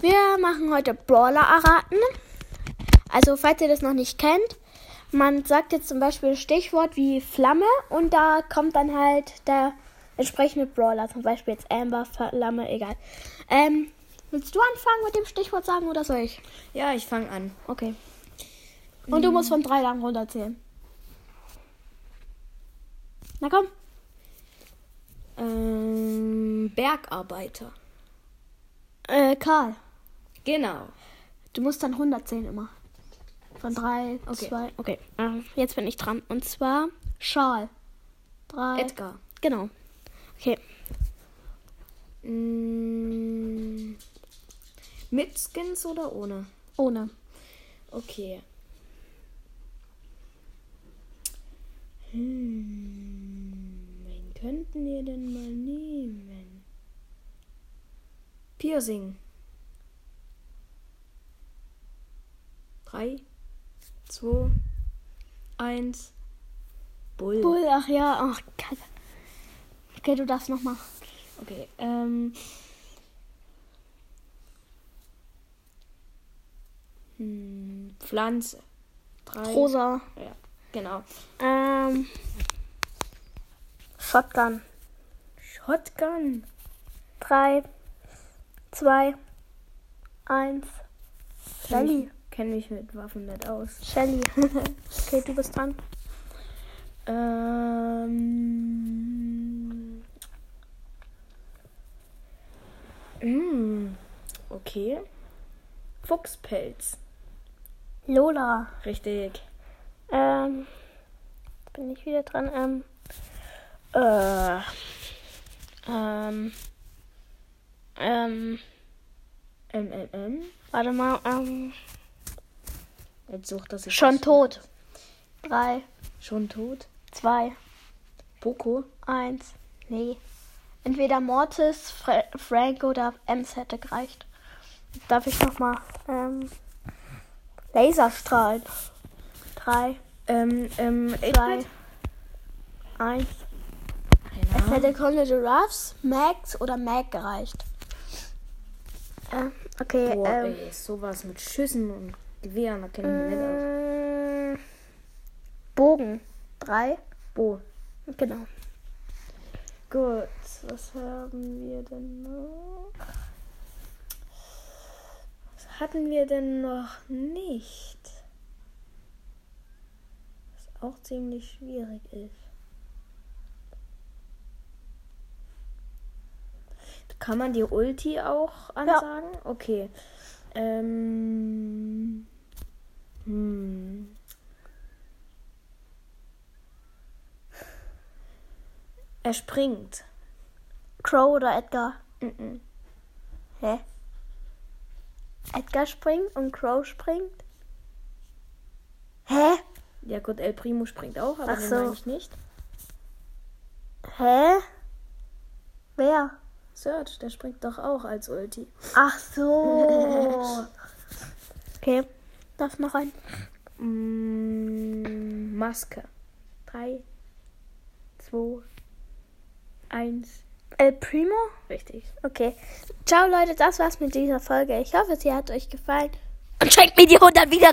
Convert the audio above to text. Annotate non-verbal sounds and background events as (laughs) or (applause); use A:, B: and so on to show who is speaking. A: Wir machen heute Brawler erraten. Also, falls ihr das noch nicht kennt, man sagt jetzt zum Beispiel Stichwort wie Flamme und da kommt dann halt der entsprechende Brawler. Zum Beispiel jetzt Amber, Flamme, egal. Ähm, willst du anfangen mit dem Stichwort sagen oder soll ich?
B: Ja, ich fange an.
A: Okay. Und du musst von drei lang runterzählen. Na komm.
B: Ähm, Bergarbeiter.
A: Äh, Karl.
B: Genau.
A: Du musst dann 100 zählen immer. Von 3,
B: Okay.
A: 2, okay. Ähm, jetzt bin ich dran. Und zwar Schal. 3.
B: Äh, Edgar.
A: Genau. Okay.
B: Mm, mit Skins oder ohne?
A: Ohne.
B: Okay. Hm, wen könnten wir denn mal nehmen? Piercing. Drei, zwei, eins. Bull.
A: Bull, ach ja. Ach, Kacke. Okay, du darfst nochmal.
B: Okay, ähm. Hm, Pflanze. Drei.
A: Rosa.
B: Ja, genau.
A: Ähm. Shotgun.
B: Shotgun.
A: 3, 2, 1. Shelly.
B: Kenne Hm, mich mit Waffen nicht aus.
A: Shelly. (laughs) okay, du bist dran.
B: Ähm. Mm, okay. Fuchspelz.
A: Lola.
B: Richtig.
A: Ähm, jetzt bin ich wieder dran. Ähm, äh, ähm, ähm,
B: MMM.
A: warte mal, ähm,
B: Jetzt sucht das jetzt
A: schon
B: aus.
A: tot. Drei,
B: Schon tot.
A: zwei,
B: Poco.
A: eins, nee. Entweder Mortis, Fra Frank oder Ems hätte gereicht. Darf ich nochmal, ähm, Laserstrahlen. Drei,
B: Ähm, ähm,
A: zwei,
B: Edward.
A: eins. Es
B: Keine Ahnung.
A: hätte Conde Giraffes, Max oder Mac gereicht. Ähm, okay,
B: Boah,
A: ähm.
B: ey, sowas mit Schüssen und Gewehren, da kenne ich mich nicht aus.
A: mm, Bogen. Drei.
B: Bo.
A: Genau.
B: Gut, was haben wir denn noch? Was hatten wir denn noch nicht? Was auch ziemlich schwierig ist. Kann man die Ulti auch ansagen? Okay. Ähm. Hm. Er springt.
A: Crow oder Edgar?
B: Mhm.
A: Hä? Edgar springt und Crow springt? Hä?
B: Ja gut, El Primo springt auch, aber
A: Ach
B: den
A: so.
B: meine ich nicht.
A: Hä? Wer?
B: Search, der springt doch auch als Ulti.
A: Ach so. (laughs) okay. Darf noch ein?
B: (laughs) Mm, Maske. 3, 2, 1.
A: El Äh, Primo?
B: Richtig.
A: Okay. Ciao Leute, das war's mit dieser Folge. Ich hoffe, sie hat euch gefallen. Und schenkt mir die 100 wieder.